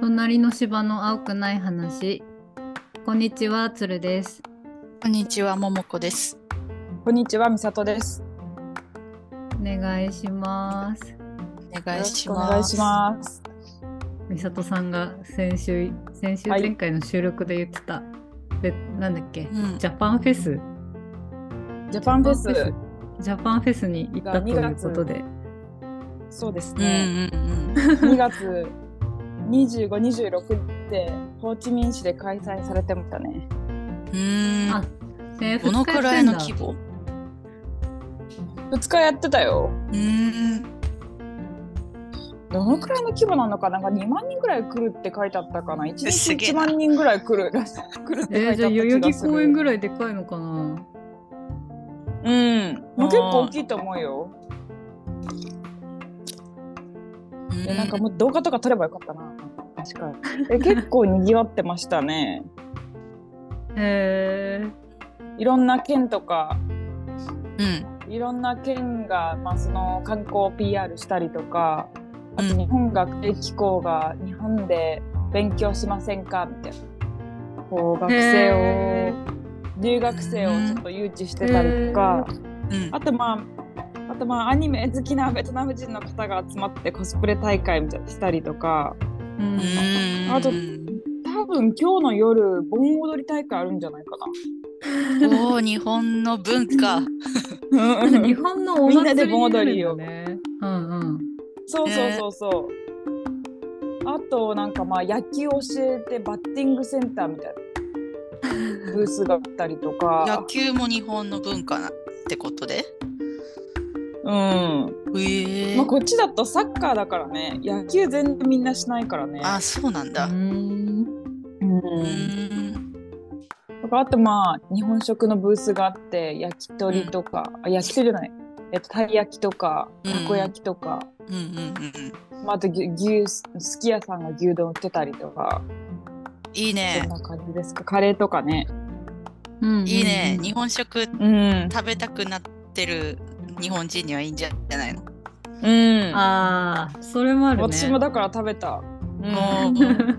隣の芝の青くない話。こんにちは、つるです。こんにちは、ももこです。こんにちは、みさとです。お願いします。お願いしよろます。くお願いします。みさとさんが先週、先週はい前回の収録で言ってた、でなんだっけ、うんジャパンフェスジャパンフジャパェンス、ジャパンフェスに行ったがと2いう月ことで。そうですうんね。うん2月25、26ってホーチミン市で開催されてましたね。うん。うーあん。、えーどのくらいの二規日やってんだ模？ 2日やってたよ。うーん。どのくらいの規模なのかなんか2万人ぐらい来るって書いてあったかな。1す日げえ1な万人ぐらい来る。 来るえって書ーいじゃてああった気がする。代々木公園ぐい。らいでかいのかなうん。まあ、結構大きいと思うよ。うんえなんかもう動画とか撮ればよかったな。確かに。え結構賑わってましたね。へえいろんな県とかうん。いろんな県が、まあ、その観光を PR したりとかあとうん日本学生機構が日本で勉強しませんかみたいなこう学生へを留学生をちょっと誘致してたりとかうん。あとまああとまあアニメ好きなベトナム人の方が集まってコスプレ大会みたいなのしたりとかうんうーんあと多分今日の夜盆踊り大会あるんじゃないかおー日本の文化。な。なんか日本のおみんな祭でり盆踊りよをね。うんうん。そうそねうそうそう。あとなんかまあ野球教えてバッティングセンターみ たいなブースがあったりと野か。球も日本の文化なってことで。うん。ええまあこっちだとサッカーだからね。野球全然みんなしないからね。あ、そうなんだ。うーうんうんーん。とかあとまあ日本食のブースがあって焼き鳥とか、あ焼き鳥じゃない。えっとたい焼きとかうんたこ焼きとか、うんうんうん。まああと牛牛すき家さんが牛丼売ってたりとか、いいそねん。な感じですか。カレーとかね。うんうんいいね。日本食うん。食べたくなってる日本人にはいいんじゃないの？うん。ああ、それもあるね。私もだから食べた。おーう懐か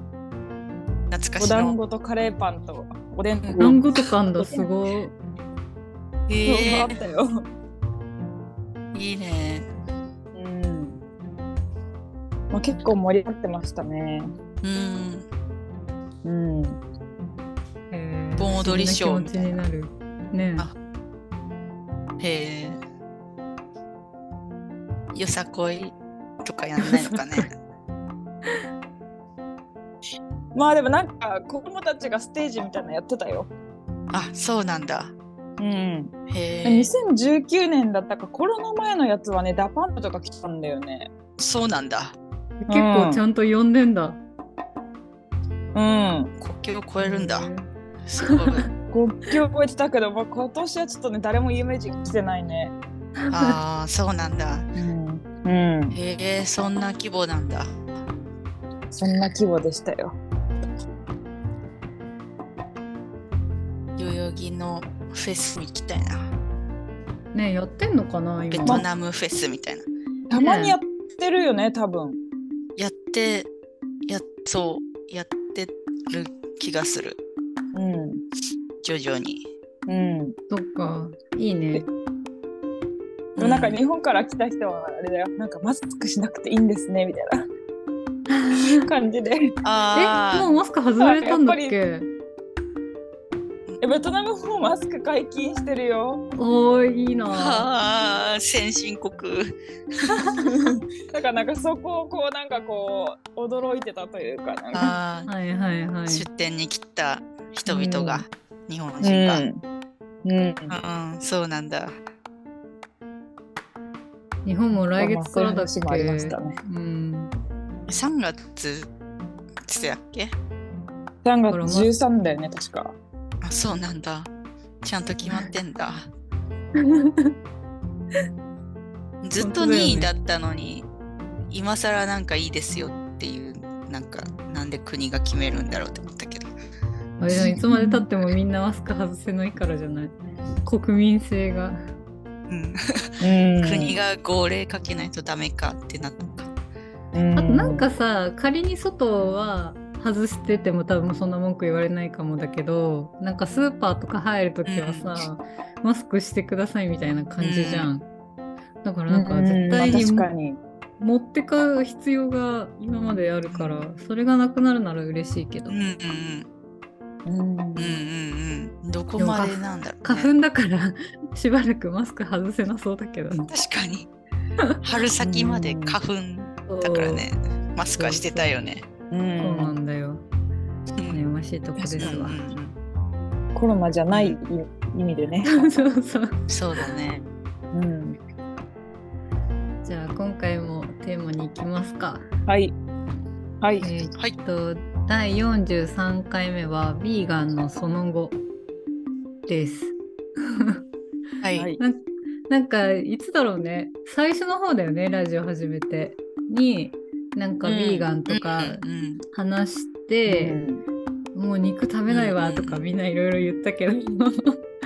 おし団の。子とカレーパンとおでんと団子とかあんだ、すごい。えあえったよ。いいね。うん。まあ、結構盛り上がってましたね。うん。うん。へー盆踊りショーみたいな不思議な気持ちになる。ねあへえ。よさこいとかやんないのかね。 まあでもなんか子供たちがステージみたいなのやってたよ。あ、そうなんだ。うん。へえ。 2019年だったかコロナ前のやつはねダパンプとか来たんだよね。そうなんだ。結構ちゃんと呼んでんだ。うん。国境を越えるんだへ。す ごい。国境を越えてたけど、まあ、今年はちょっとね誰も有名人来てないね。ああ、そうなんだ。うん。うん。へえ、そんな規模なんだ。そんな規模でしたよ。代々木のフェスに行きたいな。ーねやってんのかな、ベ今。トナムフェスみたいな。たまにやってるよね多分。やって、やそう、やってる気がする。うん。徐々に。うん。そっか。いいね。でもなんかう日本から来た人はあれだよなんかマスクしなくていいんですねみた いな感じでえ、もあうマスク外れたんだっけえベトナムもマスク解禁してるよおー、いいあ、な。はあ、 先進国。だからなんかそこをこうなんかこう驚いてたというかなんかああ、はいはいはい。出店に来た人々が、日本う人が。ん、うん、うんうん、そうなんだ。日本も来月からだっまあそういう話もありましけたねうん。 3月ってやっけ3月13だよね確かあ、そうなんだ。ちゃんと決まってんだ。ずっと本当だよね2位だったのに、今更なんかいいですよっていう、なんか、なんで国が決めるんだろうって思ったけど。あれじゃんいつまでたってもみんなマスク外せないからじゃない国民性がうん、うん国が号令かけないとダメかってなったのか。うんあとなんかさ仮に外は外してても多分そんな文句言われないかもだけどなんかスーパーとか入るときはさ、マスクしてくださいみたいな感じじゃん、だからなんか絶対うんに確かに持ってかう必要が今まであるからそれがなくなるなら嬉しいけど、うんうんうんうんうんうんうんどこまでなんだろう、ね、花粉だから しばらくマスク外せなそうだけどね確かに春先まで花粉だからねマスクはしてたよねうそうそうんなんだよ悩ましいとこですわうんうんコロナじゃないい意味でね。 そうそううんそうだねうん、じゃあ今回もテーマに行きますかはい。はい。えーはいえっと第43回目は「ヴィーガンのその後」です。はい、はいなんなんかいつだろうね最初の方だよねラジオ始めてになんかうんヴィーガンとかうんうん話して、もう肉食べないわとかうんみんないろいろ言ったけど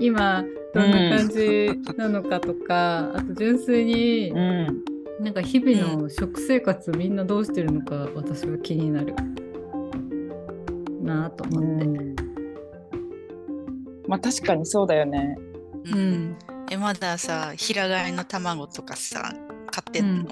今どんな感じなのかとか、あと純粋にうん。なんか日々の食生活みんなどうしてるのか私は気になるなぁとう思って。ん。まあ確かにそうだよね。うんうんえまださ平飼いの卵とかさ買ってんの、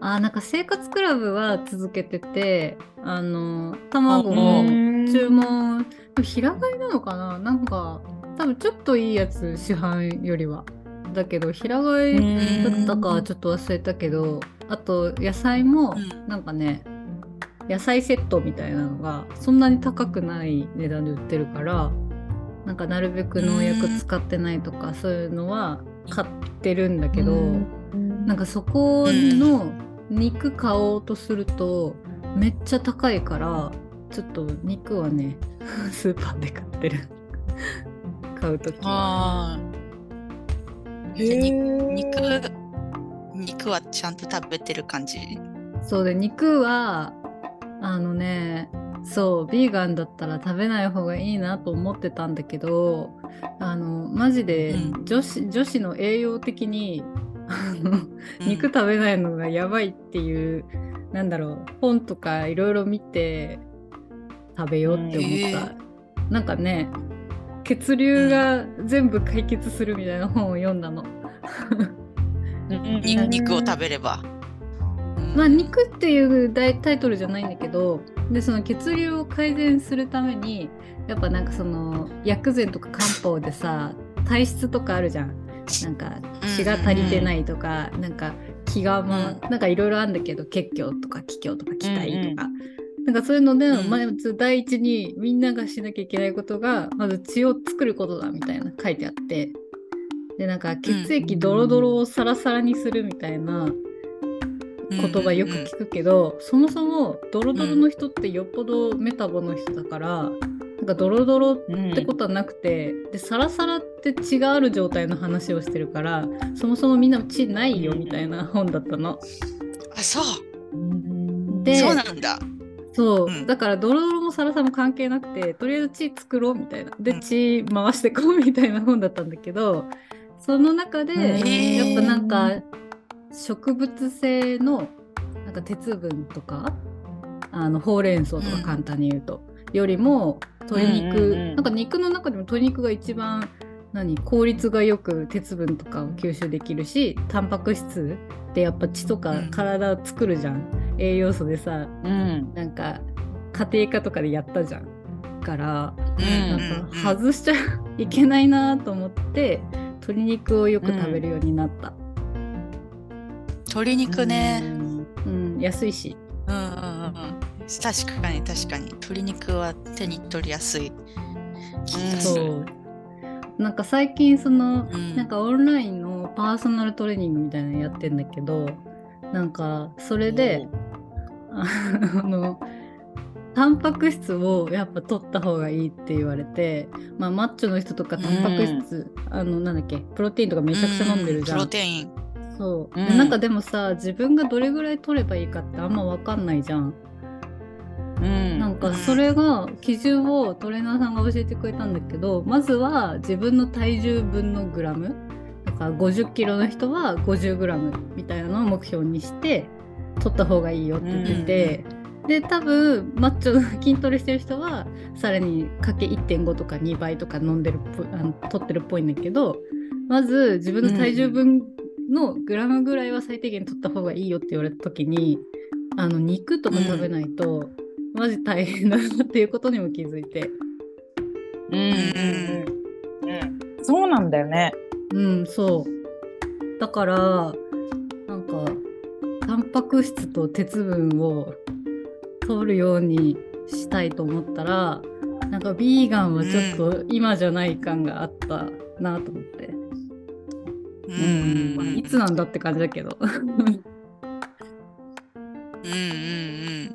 あーなんか生活クラブは続けててあの卵うをん注文平飼いなのかななんか多分ちょっといいやつ市販よりはだけど平飼いだったかちょっと忘れたけどあと野菜もうんなんかね野菜セットみたいなのがそんなに高くない値段で売ってるからなんかなるべく農薬使ってないとかそういうのは買ってるんだけど。なんかそこの肉買おうとするとめっちゃ高いからちょっと肉はね スーパーで買ってる 買う時はああへー肉肉はちゃんと食べてる感 じそうで肉はあのねそうビーガンだったら食べない方がいいなと思ってたんだけどあのマジでう女子,、女子の栄養的にあの肉食べないのがやばいっていう、なんだろう本とかいろいろ見て食べようって思った、なんかね血流が全部解決するみたいな本を読んだの、うんに肉を食べれば、うんまあ肉っていう大タイトルじゃないんだけどでその血流を改善するためにやっぱなんかその薬膳とか漢方でさ体質とかあるじゃんなんか血が足りてないとか、なんか気がま、うなんかいろいろあるんだけべど結局とか気胸とか気体とか、なんかそういうので、うんまず第一にみんながしなきゃいけないことがまず血を作ることだみたいな書いてあってでなんか血液ドロドロをサラサラにするみたいな言葉よく聞くけど、そもそもドロドロの人ってよっぽどメタボの人だから、なんかドロドロうんってことはなくて、でサラサラって血がある状態の話をしてるからそもそもみんな血ないよみたいな本だったの。あそううんでそうなんだそう、うんだからドロドロもサラサラも関係なくてとりあえず血作ろうみたいなうでん血回してこうみたいな本だったんだけどその中で、へーやっぱなんか植物性のなんか鉄分とかあのほうれん草とうかん簡単に言うと、よりも鶏肉、うんうんうんなんか肉の中でも鶏肉が一番何効率がよく鉄分とかを吸収できるしタンパク質ってやっぱ血とかうん体を作るじゃん、栄養素でさうん。なんか家庭科とかでやったじゃんからうなんんか外しちゃいけないなと思って鶏肉をよく食べるようになった、鶏肉ねうん安いしうんうんうんうん確かに確かに鶏肉は手に取りやすい気がすそる、うなんか最近その、うんなんかオンラインのパーソナルトレーニングみたいなのやってんだけどなんかそれであのタンパク質をやっぱ取った方がいいって言われて、まあ、マッチョの人とかタンパク質、あのなんだっけプロテインとかめちゃくちゃ飲んでるじゃん、うプロテインそう、でうんなんかでもさ自分がどれぐらい取ればいいかってあんま分かんないじゃん、うん。なんかそれが基準をトレーナーさんが教えてくれたんだけどまずは自分の体重分のグラムだから5 0キロの人は5 0グラムみたいなのを目標にして取った方がいいよって言ってて、で多分マッチョの筋トレしてる人はさらにかけ1.5とか2倍とか飲んでるっぽいあの取ってるっぽいんだけどまず自分の体重分のグラムぐらいは最低限取った方がいいよって言われた時にあの肉とか食べないと、マジ大変だなっていうことにも気づいて。うんうんうんうんそうなんだよね。うん、そう。だから、なんか、タンパク質と鉄分を取るようにしたいと思ったら、なんか、ビーガンはちょっと今じゃない感があったなと思って。うまあんいつなんだって感じだけど。うんうん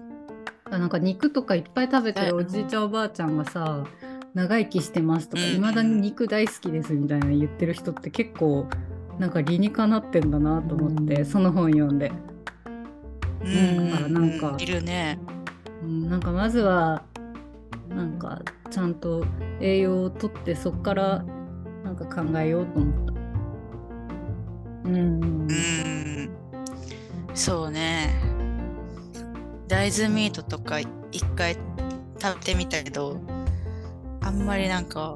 なんか肉とかいっぱい食べてるおじいちゃんおばあちゃんがさ長生きしてますとかうんいまだに肉大好きですみたいな言ってる人って結構なんか理にかなってんだなと思って、うんその本読んで、うんだからなんかいるねうん、なんかまずはなんかちゃんと栄養をとってそっからなんか考えようと思った。うんうんそうね大豆ミートとか一回食べてみたけどあんまりなんか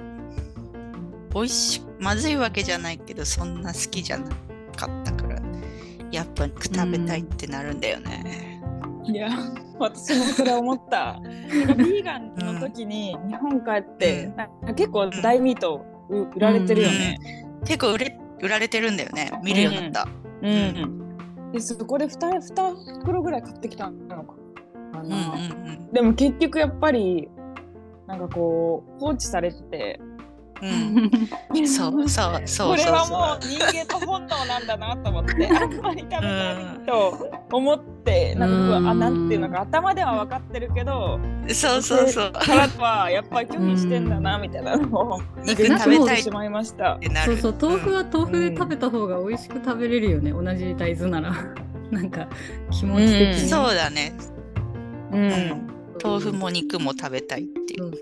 美味しまずいわけじゃないけどそんな好きじゃなかったからやっぱ肉食べたいってなるんだよね。いや私もそれ思った。なんかビーガンの時に日本帰って、うんなんか結構大ミートう売られてるよね。結構売れ売られてるんだよね見るようになった。うんでそこで 2, 二袋ぐらい買ってきたのかな。うんうんでも結局やっぱりなんかこう放置されててうん うんそうそうそこうれそうはそもう人間の本能なんだなと思って あんまり食べたいと思ってなんかうわうんあなんていうのか頭では分かってるけどうそうそうそう腹はやっぱり拒否してんだなみたいなのを肉なんか食もうべ思ったていっしてまいました。なそるうそう豆腐んは豆腐で食べた方が美味しく食べれるよね、同じ大豆なら なんか気持ち的に。そうだねう豆腐も肉も食べたいってい。そううそう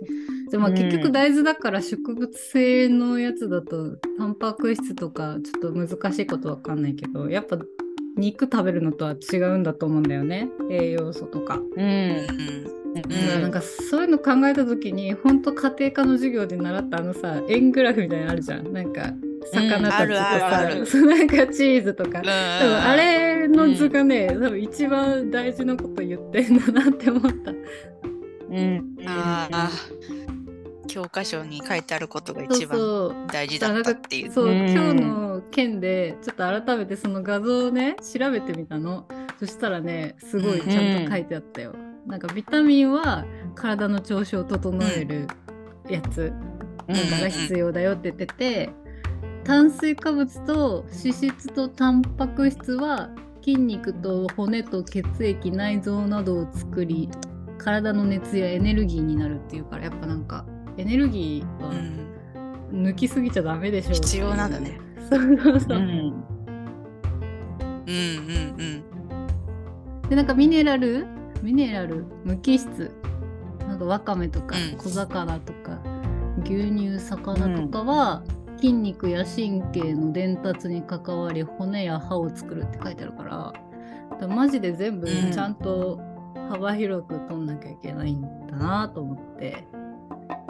でまあうん結局大豆だから植物性のやつだとタンパク質とかちょっと難しいことわかんないけどやっぱ肉食べるのとは違うんだと思うんだよね栄養素とか、ううんだからなんかそういうの考えた時にほんと家庭科の授業で習ったあのさ円グラフみたいなのあるじゃんなんか魚たちとうんあさるあ、るそうなんかチーズとか、多分ああれの図がね、多分一番大事なこと言ってんだなって思ったうんああ教科書に書いてあることがそう一番そう大事だったっていう。そう、うん今日の件でちょっと改めてその画像をね調べてみたのそしたらねすごいちゃんと書いてあったよ、なんかビタミンは体の調子を整えるやつうんうんが必要だよって言ってて、炭水化物と脂質とタンパク質は筋肉と骨と血液内臓などを作り体の熱やエネルギーになるっていうからやっぱなんかエネルギーは、うん抜きすぎちゃダメでしょ必要なんだね。そうそううそう。んうんうんでなんかミネラルミネラル無機質なんかわかめとかうん小魚とか牛乳魚とかは、筋肉や神経の伝達に関わり骨や歯を作るって書いてあるからだからマジで全部うんちゃんと幅広く取んなきゃいけないんだなと思って。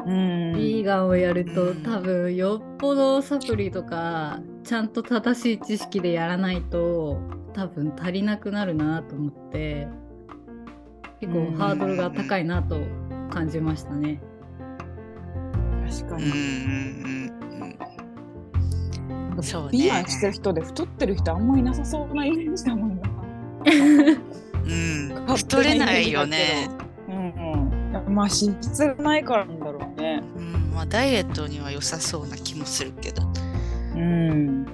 うんビーガンをやると、うん多分よっぽどサプリとかちゃんと正しい知識でやらないと多分足りなくなるなと思って結構ハードルが高いなと感じましたね。確かうんうんに。うんうん。そうビーガンね。してる人で太ってる人あんまいなさそうなイメージだもんな。うん。太れないよね。うんうん。まあ脂質がないからなんだろうね。うん。まあダイエットには良さそうな気もするけど。うん。うん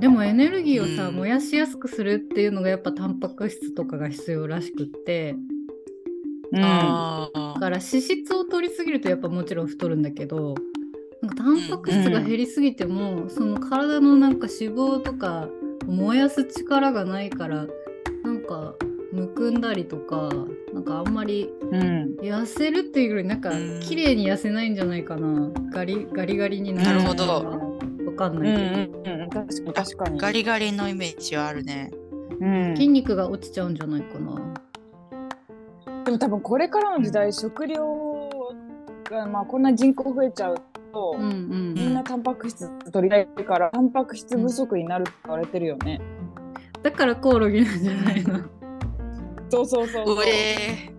でもエネルギーをさ、うん燃やしやすくするっていうのがやっぱタンパク質とかが必要らしくってあああだから脂質を取りすぎるとやっぱもちろん太るんだけどなんかタンパク質が減りすぎても、その体のなんか脂肪とか燃やす力がないからなんかむくんだりとかなんかあんまりうん。痩せるっていうよりなんかうん綺麗に痩せないんじゃないかなガリガリガリにななるるほどわかんうんなういけど、んうん確かに確かに。ガリガリのイメージはあるね。ううん筋肉が落ちちゃうんじゃないかな。でも多分これからの時代食料が、まあ、こんな人口増えちゃうと、うんうんみんなタンパク質取りたいからタンパク質不足になるって言われてるよね。だからコオロギなんじゃないのそうそうそうそう。うえ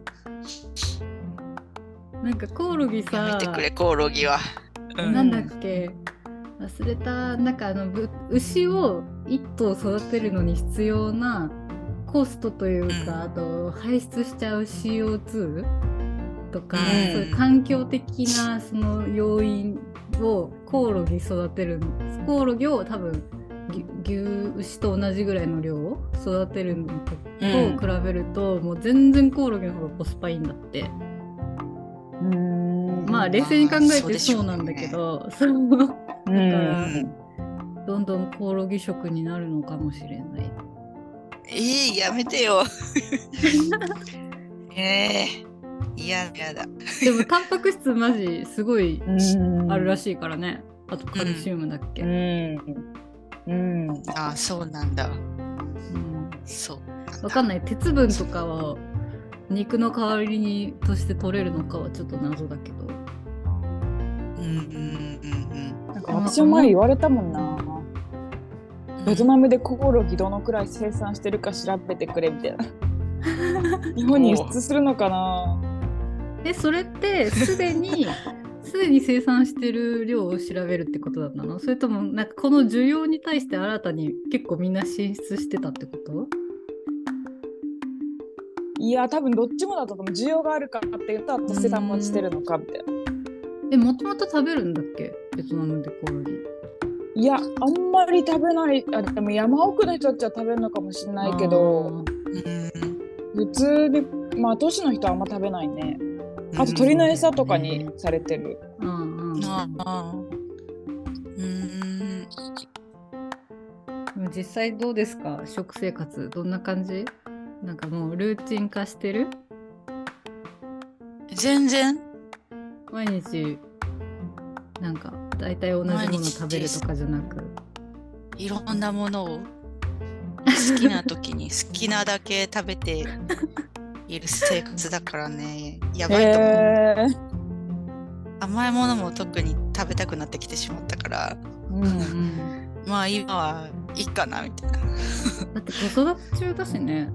なんかコオロギー、さやめてくれコオロギは。うなんだっけ忘れたなんかあのぶ牛を1頭育てるのに必要なコストというかあと排出しちゃう CO2 とか、うんそういう環境的なその要因をコオロギ育てるコオロギを多分ぎ牛牛と同じぐらいの量を育てるのとうんと比べると、もう全然コオロギの方がコスパいいんだって。うーんまあ冷静に考えてそうなんだけど、そううらんどんどんコオロギ食になるのかもしれない。えー、やめて よ。えー、いややだ。でもタンパク質マジすごいうんあるらい。しいからね。あとカルシウムだっけ。ううんん。うん。あーそうなんだ。そう。わかんない鉄分とかは肉の代わりにとして取れるのかはちょっと謎だけど。うんうんうんなんか私も前言われたもんな。うん。ベトナムでコオロギどのくらい生産してるか調べてくれみた いな。日本に輸出するのかな。えそれってすで にすでに生産してる量を調べるってことだったのそれともなんかこの需要に対して新たに結構みんな進出してたってこといや多分どっちもだと思う。需要があるかって言ったら足してたもしてるのかみたいな。えもともと食べるんだっけベトナムでコオロギ。いやあんまり食べないあでも山奥の人たちは食べるのかもしれないけどうん普通にまあ都市の人はあんま食べないねあと鳥の餌とかにされてる、あー。うんうんうんああ。うん。でも実際どうですか食生活どんな感じなんかもうルーチン化してる全然。毎日なんか大体同じも毎の日食べるとかじゃなくいろんなものを好きな時に好きなだけ食べている生活だからねやばいと思う、へえ甘いものも特に食べたくなってきてしまったからうんまあ今はいいかなみたいなだって子育て中だしね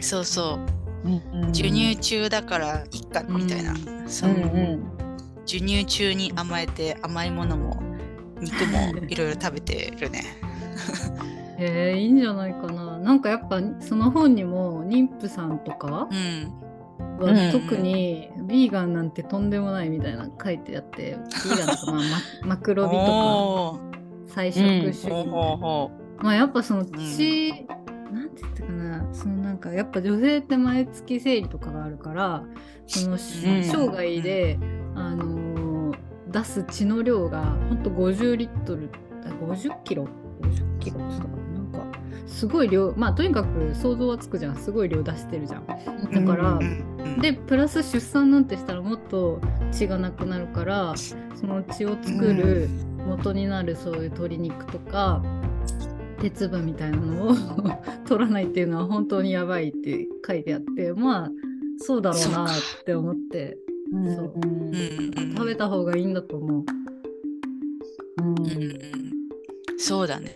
そうそううん授乳中だからいっかみたいな、そううんうん授乳中に甘えて甘いものも肉もいろいろ食べてるねえー、いいんじゃないかななんかやっぱその本にも妊婦さんとかうんは特にビーガンなんてとんでもないみたいなの書いてあってビーガンとか、まあ、ママクロビとか おー菜食主義みたいほうなほうほうまあやっぱその血、なんて言ったかなそのなんかやっぱ女性って毎月生理とかがあるからそのし、うん生涯で、あのー出す血の量がほんと50リットルあ50キロ50キロって言ったかななんかすごい量まあとにかく想像はつくじゃんすごい量出してるじゃん。だからう、んうんでプラス出産なんてしたらもっと血がなくなるからその血を作る元になるそういう鶏肉とか鉄分みたいなのを 取らないっていうのは本当にやばいって書いてあってまあそうだろうなって思ってうんそううんうんうん食べた方がいいんだと思う。うんうんうんうんそうだね。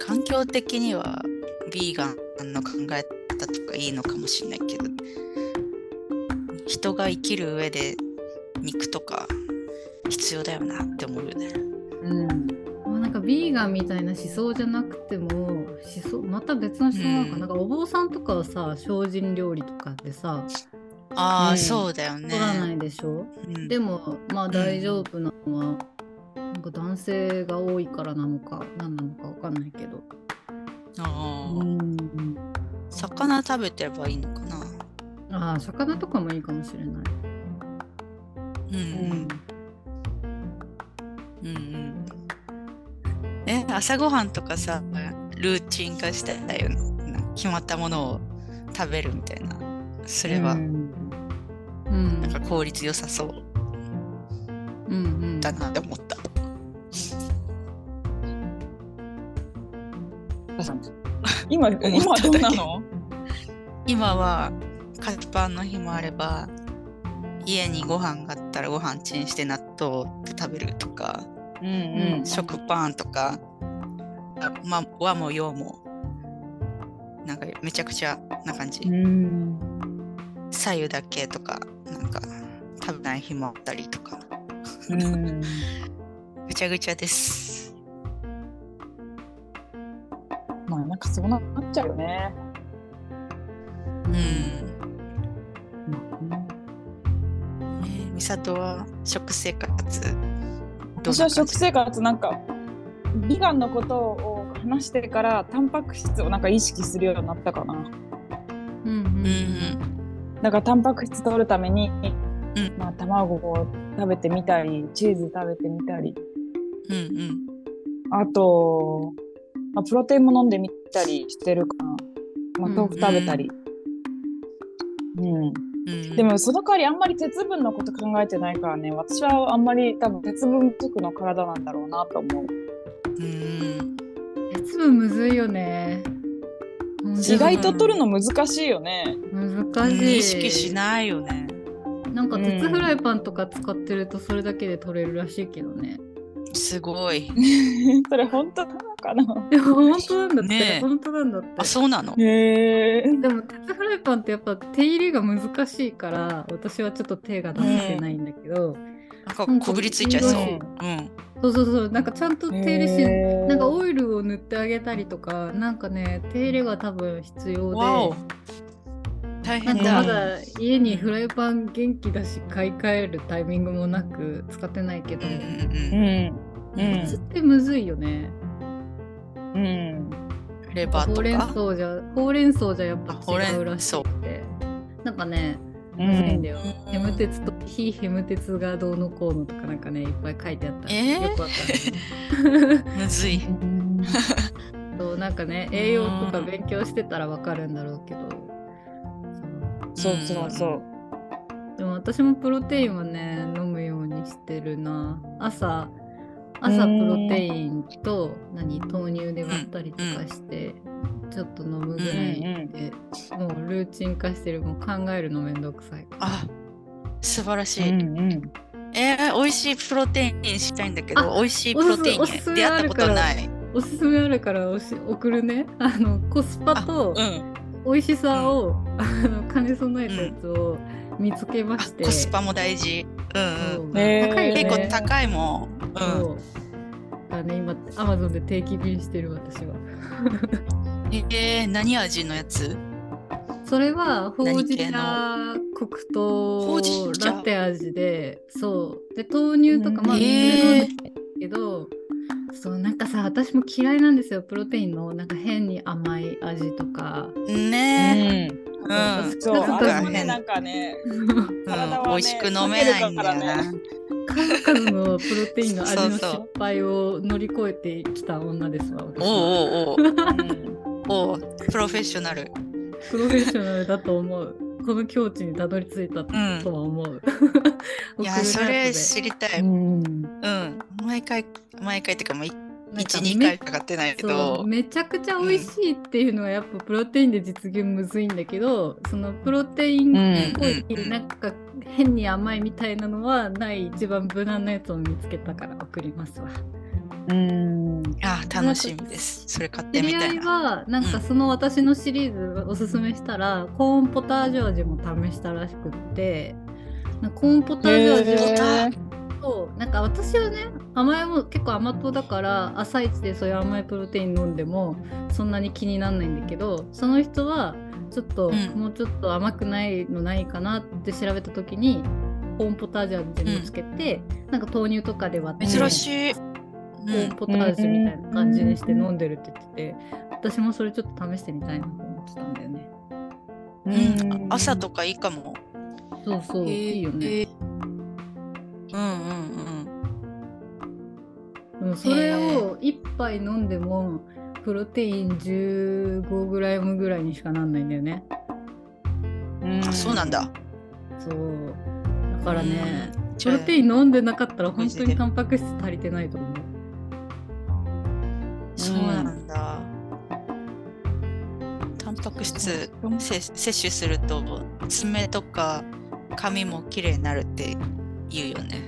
環境的にはビーガンの考え方とかいいのかもしれないけど人が生きる上で肉とか必要だよなって思うよね。うんまあなんかビーガンみたいな思想じゃなくても思想また別の思想なのか、うんなんかお坊さんとかはさ精進料理とかでさああ、うんそうだよね。取らないでしょ、うんでもまあ大丈夫なのは、なんか男性が多いからなのか何なのかわかんないけどあうーん魚食べてればいいのかな。ああ魚とかもいいかもしれないうんうんうんうん。え、朝ごはんとかさ、ルーチン化したんだよね。なんか決まったものを食べるみたいな。すれば、うんうんなんか効率良さそううんうんだなって思った。さん今今はどうなの今はカツパンの日もあれば家にご飯があったらご飯チンして納豆って食べるとかうんうん食パンとか、あまあ、和も洋もなんかめちゃくちゃな感じ、うん左右だけとかなんか食べない日もあったりとかうんぐちゃぐちゃですまあなんかそうなっちゃうよねうん、えー美里は食生活どんな感私じは食生活なんかビガンのことを話してからタンパク質をなんか意識するようになったかなううんんだからタンパク質取るために、うんまあ、卵を食べてみたりチーズ食べてみたりうんうんうんあと、まあ、プロテインも飲んでみたりしてるかな、まあ、豆腐食べたりうんうんでもその代わりあんまり鉄分のこと考えてないからね私はあんまり多分鉄分不足の体なんだろうなと思ううん鉄分むずいよね意外うとん取るの難しいよね 難しい意識しないよねなんか鉄フライパンとか使ってるとそれだけで取れるらしいけどね、すごいそれ本当なのかなでも 本当なんだって、ねえ本当なんだってあそうなのへえでも鉄フライパンってやっぱ手入れが難しいから私はちょっと手が出せてないんだけど、なんかこびりついちゃいそううんそうそうそうなんかちゃんと手入れし、なんかオイルを塗ってあげたりとかなんかね手入れが多分必要でわお大な変んかだまだ家にフライパン元気だし買い替えるタイミングもなく使ってないけうど、ん鉄うんうんうんってむずいよねうんうんレバーほうれんとか草じゃほうれん草じゃやっぱ違うらしあほくてなんかねうむずいんんだよ、うんヘム鉄と非ヘム鉄がどうのこうのとかなんかねいっぱい書いてあった、えよーくわかんないむずいそうなんかね栄養とかうん勉強してたらわかるんだろうけど、そうそうそうでも私もプロテインはね飲むようにしてるな朝朝プうんロテインと何豆乳で割ったりとかして、ちょっと飲むぐらいで、もうルーチン化してるもう考えるのめんどくさいからあ素晴らしういんうんえー、美味しいプロテインしたいんだけどあ美味しいプロテインおすすめ出会ったことないおすすめあるからおし送るねあのコスパとうん美味しさを、あの兼ね備えたやつを見つけまあして、コスパも大事うんそうんうへー高いよね結構高いもんうんそうだね今アマゾンで定期便してる私はえー、何味のやつそれはほうじ何系茶黒ほうじ糖茶ラテ味でそうで豆乳とかうんまあ、えーけどそうなんかさ私も嫌いなんですよプロテインのなんか変に甘い味とかねえ、うん、んそう、なんあかれもね、変なんかね、体はねうん、美味しく飲めないんだよ避けるからねね。数々のプロテインの味のそうそう失敗を乗り越えてきた女ですわ私はおうおううんおうおうプロフェッショナル。プロフェッショナルだと思うこの境地にたどり着いたとうんは思 う、いやそれ知りたい。うん、うん毎回毎回っていうかもうい一1二回かかってないけど。めちゃくちゃ美味しいっていうのはやっぱプロテインで実現むずいんだけどそのプロテインうっんぽいなんか変に甘いみたいなのはない一番無難なやつを見つけたから送りますわ。うんあ楽しみです。それ買っ知てみり合たいいな。はなんかその私のシリーズおすすめしたら、コーンポタージュ味も試したらしくってなんかコーンポタージュ味をへーそうなんか私はね甘いもの結構甘党だから朝一でそういう甘いプロテイン飲んでもそんなに気にならないんだけどその人はちょっと、うんもうちょっと甘くないのないかなって調べた時にコーンポタージュ味見つけて、なんか豆乳とかで割って珍しい。うコーンん、ポタージュみたいな感じにして飲んでるって言ってて、私もそれちょっと試してみたいなと思ってたんだよね。ううん、朝とかいいかも。そうそう、いいよね。へー。うんうんでもそれを1杯飲んでも、プロテイン 15g ぐらいにしかなんないんだよね。うん。あそうなんだ。そう。だからね、うん。プロテイン飲んでなかったらマ本ジ当でにタンパク質足りてないと思う。そうなんだ。う白質せ摂取すると爪とか髪も綺麗になるって言うよね。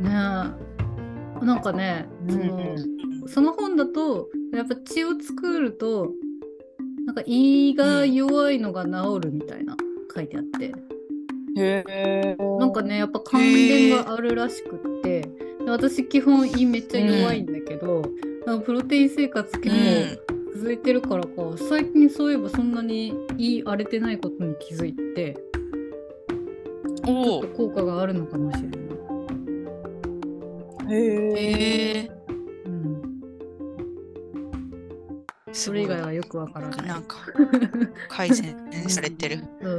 ねえなんかね、うんそうんのその本だとやっぱ血を作るとなんか胃が弱いのが治るみたいな書いてあって、へえ。なんかねやっぱ関連があるらしくって、で私基本胃めっちゃ弱いんだけど、なんかプロテイン生活結構続いてるからか、最近そういえばそんなに胃荒れてないことに気づいてうん、おお。効果があるのかもしれない。へえ。ええうん、そそれ以外はよくわからない。 なんか改善されてる。 うん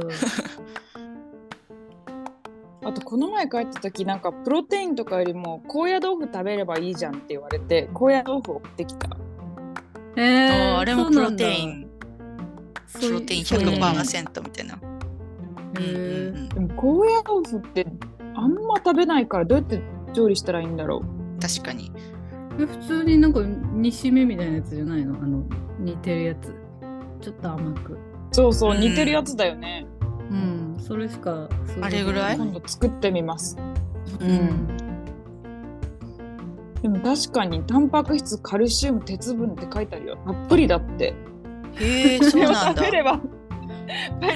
あとこの前帰った時なんかプロテインとかよりも高野豆腐食べればいいじゃんって言われて高野豆腐を持ってきた。えあーーあれもそうプなロんだテイン、そういプうロテインそういう100% 100%みたいな。うんうんへうんでも高野豆腐ってあんま食べないからどうやって調理したらいいんだろ確かに。え普通になんか煮しめみたいなやつじゃないのあの煮てるやつちょっと甘くう。そうそううん似てるやつだよね。うんそれしか想像できないあれぐらい今度作ってみます。ううんんでも確かにタンパク質カルシウム鉄分って書いてあるよ。たっぷりだって。へえそうな んだ食べ。れば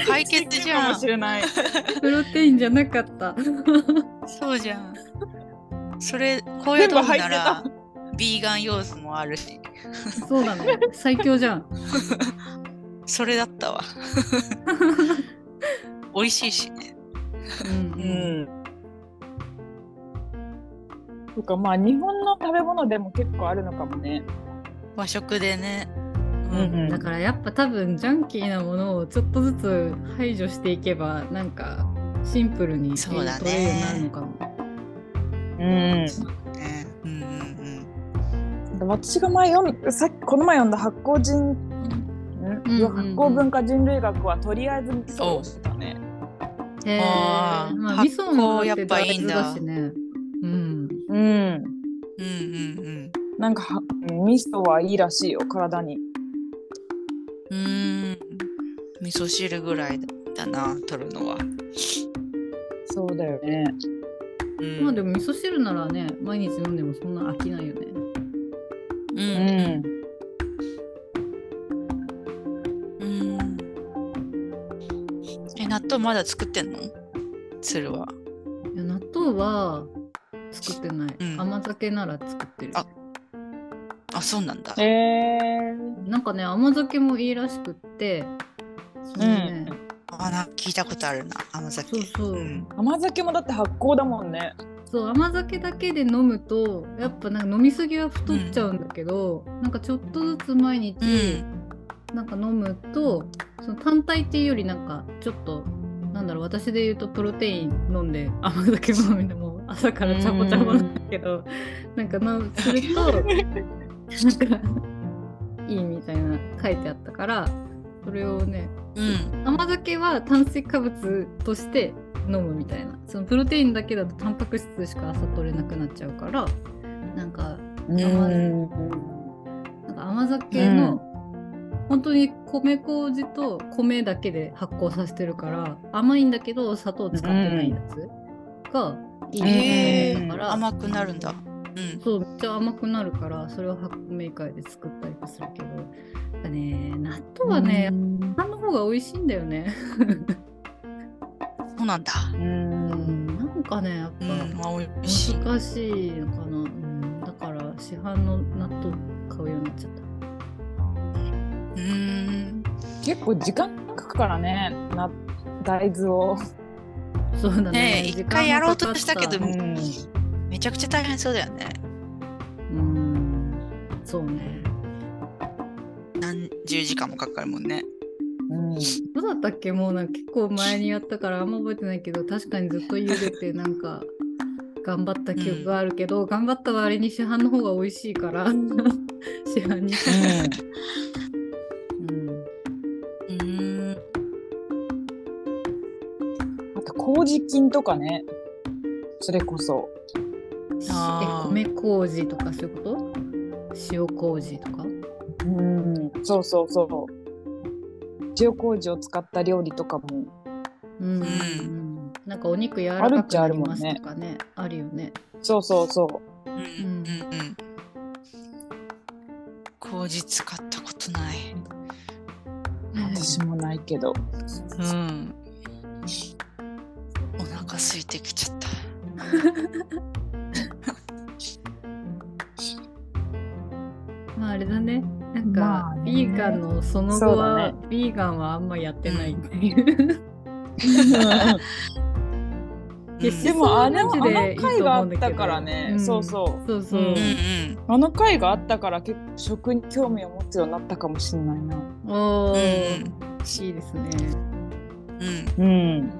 解決じゃかもしん。れない。プロテインじゃなかったそうじゃん。それ、高野豆腐なら、ビーガン要素もあるし、そう なの最強じゃんそれだっ たわ。美味しいしね。ううんん。とかまあ日本の食べ物でも結構あるのかもね。和食でね。うんうんだからやっぱ多分ジャンキーなものをちょっとずつ排除していけばなんかシンプルにそうだね取れるようになるのかもうん。ねうんうん私が前読んさっきこの前読んだ発酵人、うんうん発酵文化人類学はとりあえず味噌をしてたね。へーあーまあ味噌もだって発酵やっぱいいんだ大豆だしねうんうんううん。んなんかはうん味噌はいいらしいよ体に。うんうん味噌汁ぐらいだな取るのは、そうだよね。うんまあでも味噌汁ならね毎日飲んでもそんな飽きないよねううんん。うんえ納豆まだ作ってんの鶴はいや納豆は作ってない、うん甘酒なら作ってるああそうなんだえなんかね甘酒もいいらしくってそ,、ねあな聞いたことあるな甘酒そうそううんー、甘酒もだって発酵だもんね。そう甘酒だけで飲むとやっぱなんか飲みすぎは太っちゃうんだけど、なんかちょっとずつ毎日うんなんか飲むと、その単体っていうよりなんかちょっとなんだろう私で言うとプロテイン飲んで甘酒も飲んでもう朝からちゃぼちゃぼなんだけど、なんか飲むすると。なんかいいみたいな書いてあったからそれをねうん甘酒は炭水化物として飲むみたいなそのプロテインだけだとタンパク質しか朝取れなくなっちゃうからなんかうん。なんか甘酒の、本当に米麹と米だけで発酵させてるから甘いんだけど砂糖使ってないやつがいいみたいなへだから、甘くなるんだうんそうめっちゃ甘くなるからそれを発酵メーカーで作ったりもするけどやっぱね納豆はね、パンの方が美味しいんだよね。そうなんだうん。なんかね、やっうんぱまあ美味しい難しいのかな。うん、だから市販の納豆買うようになっちゃった。うん結構時間かくからね。な大豆を。そうだねね。え時間一もかかっ回やろうとしたけどんめちゃくちゃ大変そうだよねうん、そうね。何十時間もかかるもんねうん。どうだったっけもうなんか結構前にやったからあんま覚えてないけど、確かにずっと茹でてなんか。頑張った記憶があるけど、頑張った割に市販の方が美味しいから 市販に、うん、 うんあと麹菌とかね。それこそ。えあー米麹とかそういうこと塩麹とかうん。そうそうそう。塩麹を使った料理とかもうんうんうんなんかお肉柔らかくなりますとかねあるよねそうそうそううんうんうん麹使ったことない私もないけ どうんお腹空いてきちゃったまああれだねなんまかあねビーガンのそのそう後だはねビーガンはあんまやってないっていう うんでもあれマジあでいのいと回が思あうんっだけどたからね、うんそうそうそうそうううんあの回があったから結構食に興味を持つようになったかもしれないなおうんうーんいいですねう んうん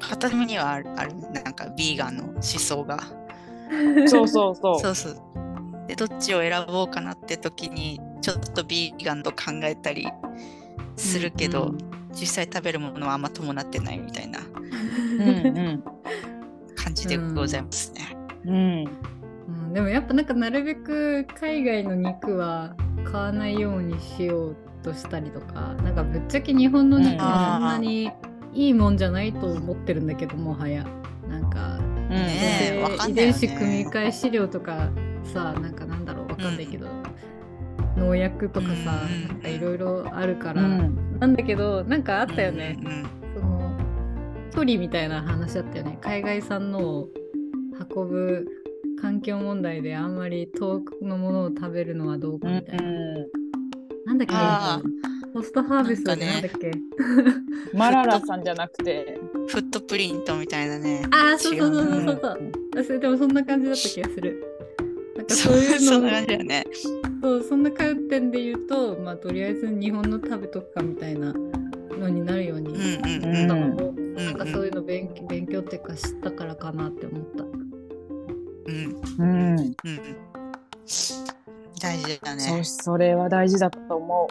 片目にはあるあるなんかビーガンの思想がそうそうそうそうそうでどっちを選ぼうかなって時にちょっとビーガンと考えたりするけど、うん実際食べるものはあんま伴ってないみたいなうんうん感じでございますね。うんうん、でもやっぱなんかなるべく海外の肉は買わないようにしようとしたりとかなんかぶっちゃけ日本の肉はそんなにいいもんじゃないと思ってるんだけどもはやなんかうんねえわか遺んない伝よね子組み換え飼料とかさなんかなんだろうわかんないけど、農薬とかさ、うんなんかいろいろあるかうら、んなんだけどなんかあったよね、うんうんその鳥みたいな話だったよね海外産のを運ぶ環境問題であんまり遠くのものを食べるのはどうかうみたいな、んなんだっけあポストハーベストでななんんだかっけ、マララさんじゃなくてうんフットプリントみたいなね。ああそうそうそう違そううそなうあそれでもそんな感じだった気がするなんかそそうういいううそのんな感じだよね。そうそんな観点で言うとまあとりあえず日本の食べとくかみたいなのになるように、うんうんううんん。なんかそういうの勉強勉強っていうか知ったからかなって思った。うんうんうん。大事だそうね。それは大事だと思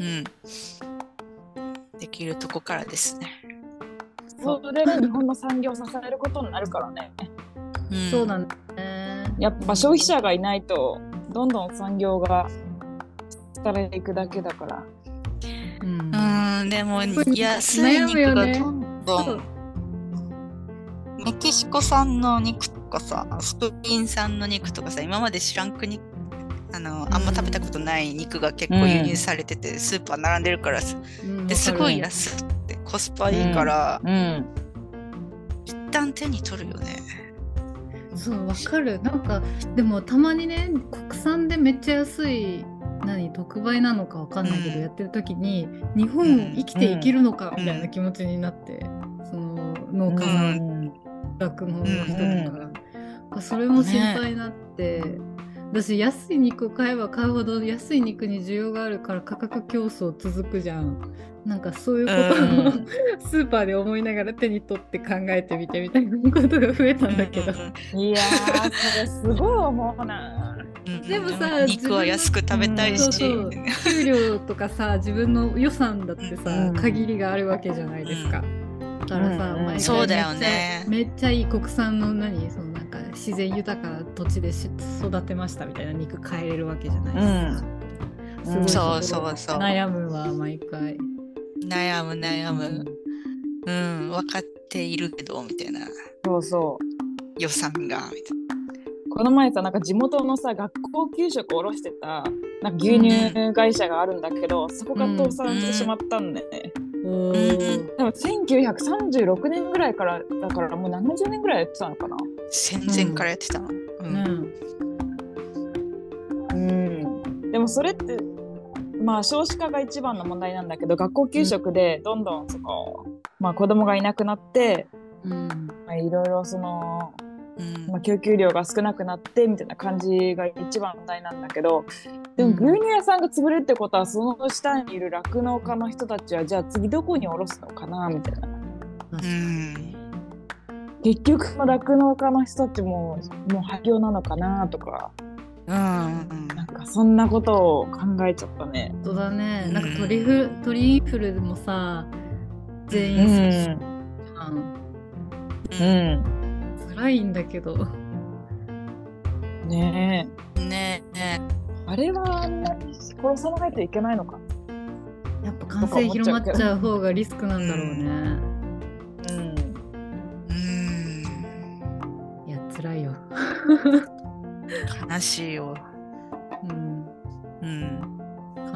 うんうん。できるとこからですね。うそれが日本の産業を支えることになるからねんそうなんだね。やっぱ消費者がいないとどんどん産業が廃れていくだけだからうんうーん、でも安い悩むよ肉がねどんど。そうんメキシコ産の肉とかさ、スペイン産の肉とかさ、今まで知らん国、あの、あんま食べたことない肉が結構輸入されてて、スーパー並んでるからさ、うんですごいわか安くてコスパいいから、うん一旦手に取るよね。るそうわかるなんかでもたまにね国産でめっちゃ安い何特売なのかわかんないけど、うんやってる時に日うん本生きていけるのかうんみたいな気持ちになって、その農家さん酪農の人とかが、それも心配になって、私安い肉を買えば買うほど安い肉に需要があるから価格競争続くじゃんなんかそういうことを、う スーパーで思いながら手に取って考えてみてみたい なことが増えたんだけど、いやーそれすごい思うなでもさ肉は安く食べたいそしう、そう給料とかさ自分の予算だってさ、うん限りがあるわけじゃないですか、だからさ、うんうん毎回そうだよねめっちゃめっちゃいい国産の何そのなんか自然豊かな土地でし育てましたみたいな肉買えれるわけじゃないですか、うんすごいところそうそうそう悩むわ毎回悩む悩む、うん、分かっているけどみたいなそうそう予算がみたいこの前さなんか地元のさ学校給食を卸してたなんか牛乳会社があるんだけど、そこが倒産してしまったんだよね、おうんー多分1936年ぐらいからだからもう70年ぐらいやってたのかなな戦前からやってたの、うんうんうん、でもそれってまあ少子化が一番の問題なんだけど学校給食でどんどんそこ、まあ、子供がいなくなって、うんまあ、いろいろその、うんまあ、供給量が少なくなってみたいな感じが一番の問題なんだけどでもうん牛乳屋さんが潰れるってことはその下にいる酪農家の人たちはじゃあ次どこに卸すのかなみたいな。うん結局その酪農家の人たちももう廃業なのかなとかうんなんかそんなことを考えちゃったね。本当だねうんなんか鳥フ鳥インフルもさ全員そうじゃんうん辛いんだけどねねえねえあれはあんな殺さないといけないのかやっぱ感染広まっちゃう方がリスクなんだろうね。うんうーいや辛いよ。ん悲しいよ。うん。うん。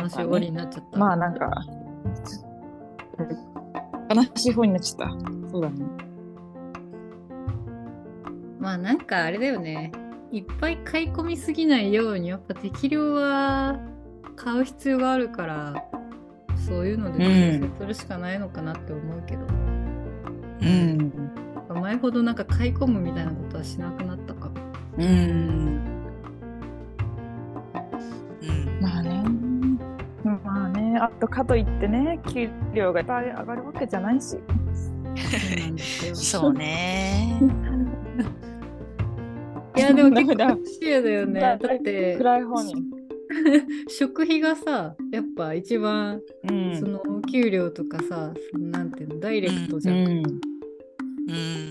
悲しい終わりになっちゃった。まあなんか悲しい方になっちゃったそうだねまあなんかあれだよね。いっぱい買い込みすぎないようにやっぱ適量は買う必要があるからそういうので調整するしかないのかなって思うけど、うん前ほどなんか買い込むみたいなことはしなくなったかも。うん。うん。うん。まあねまあねあとかといってね給料がいっぱい上がるわけじゃないしそうなんです よそうね。いやでもダ 結メだ構シェアだよね。だだって暗い方に食費がさやっぱ一番うそんのお給料とかさ、そのなんていうのダイレクトじうゃん、んうん。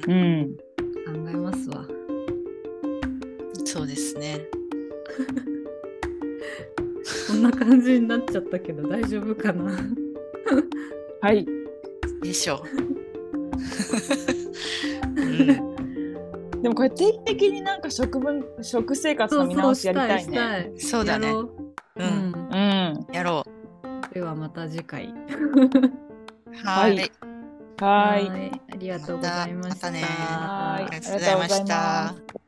うん考えますわ。そうですね。こんな感じになっちゃったけど大丈夫かなはいでしょ。うん。でもこれ定期的になんか食分食生活の見直しやりたいねい。そうだねや。ろうう。うんん。うんやろではまた次回。う。はー。はいはーいありがとうございました。またねはーいありがとうございました。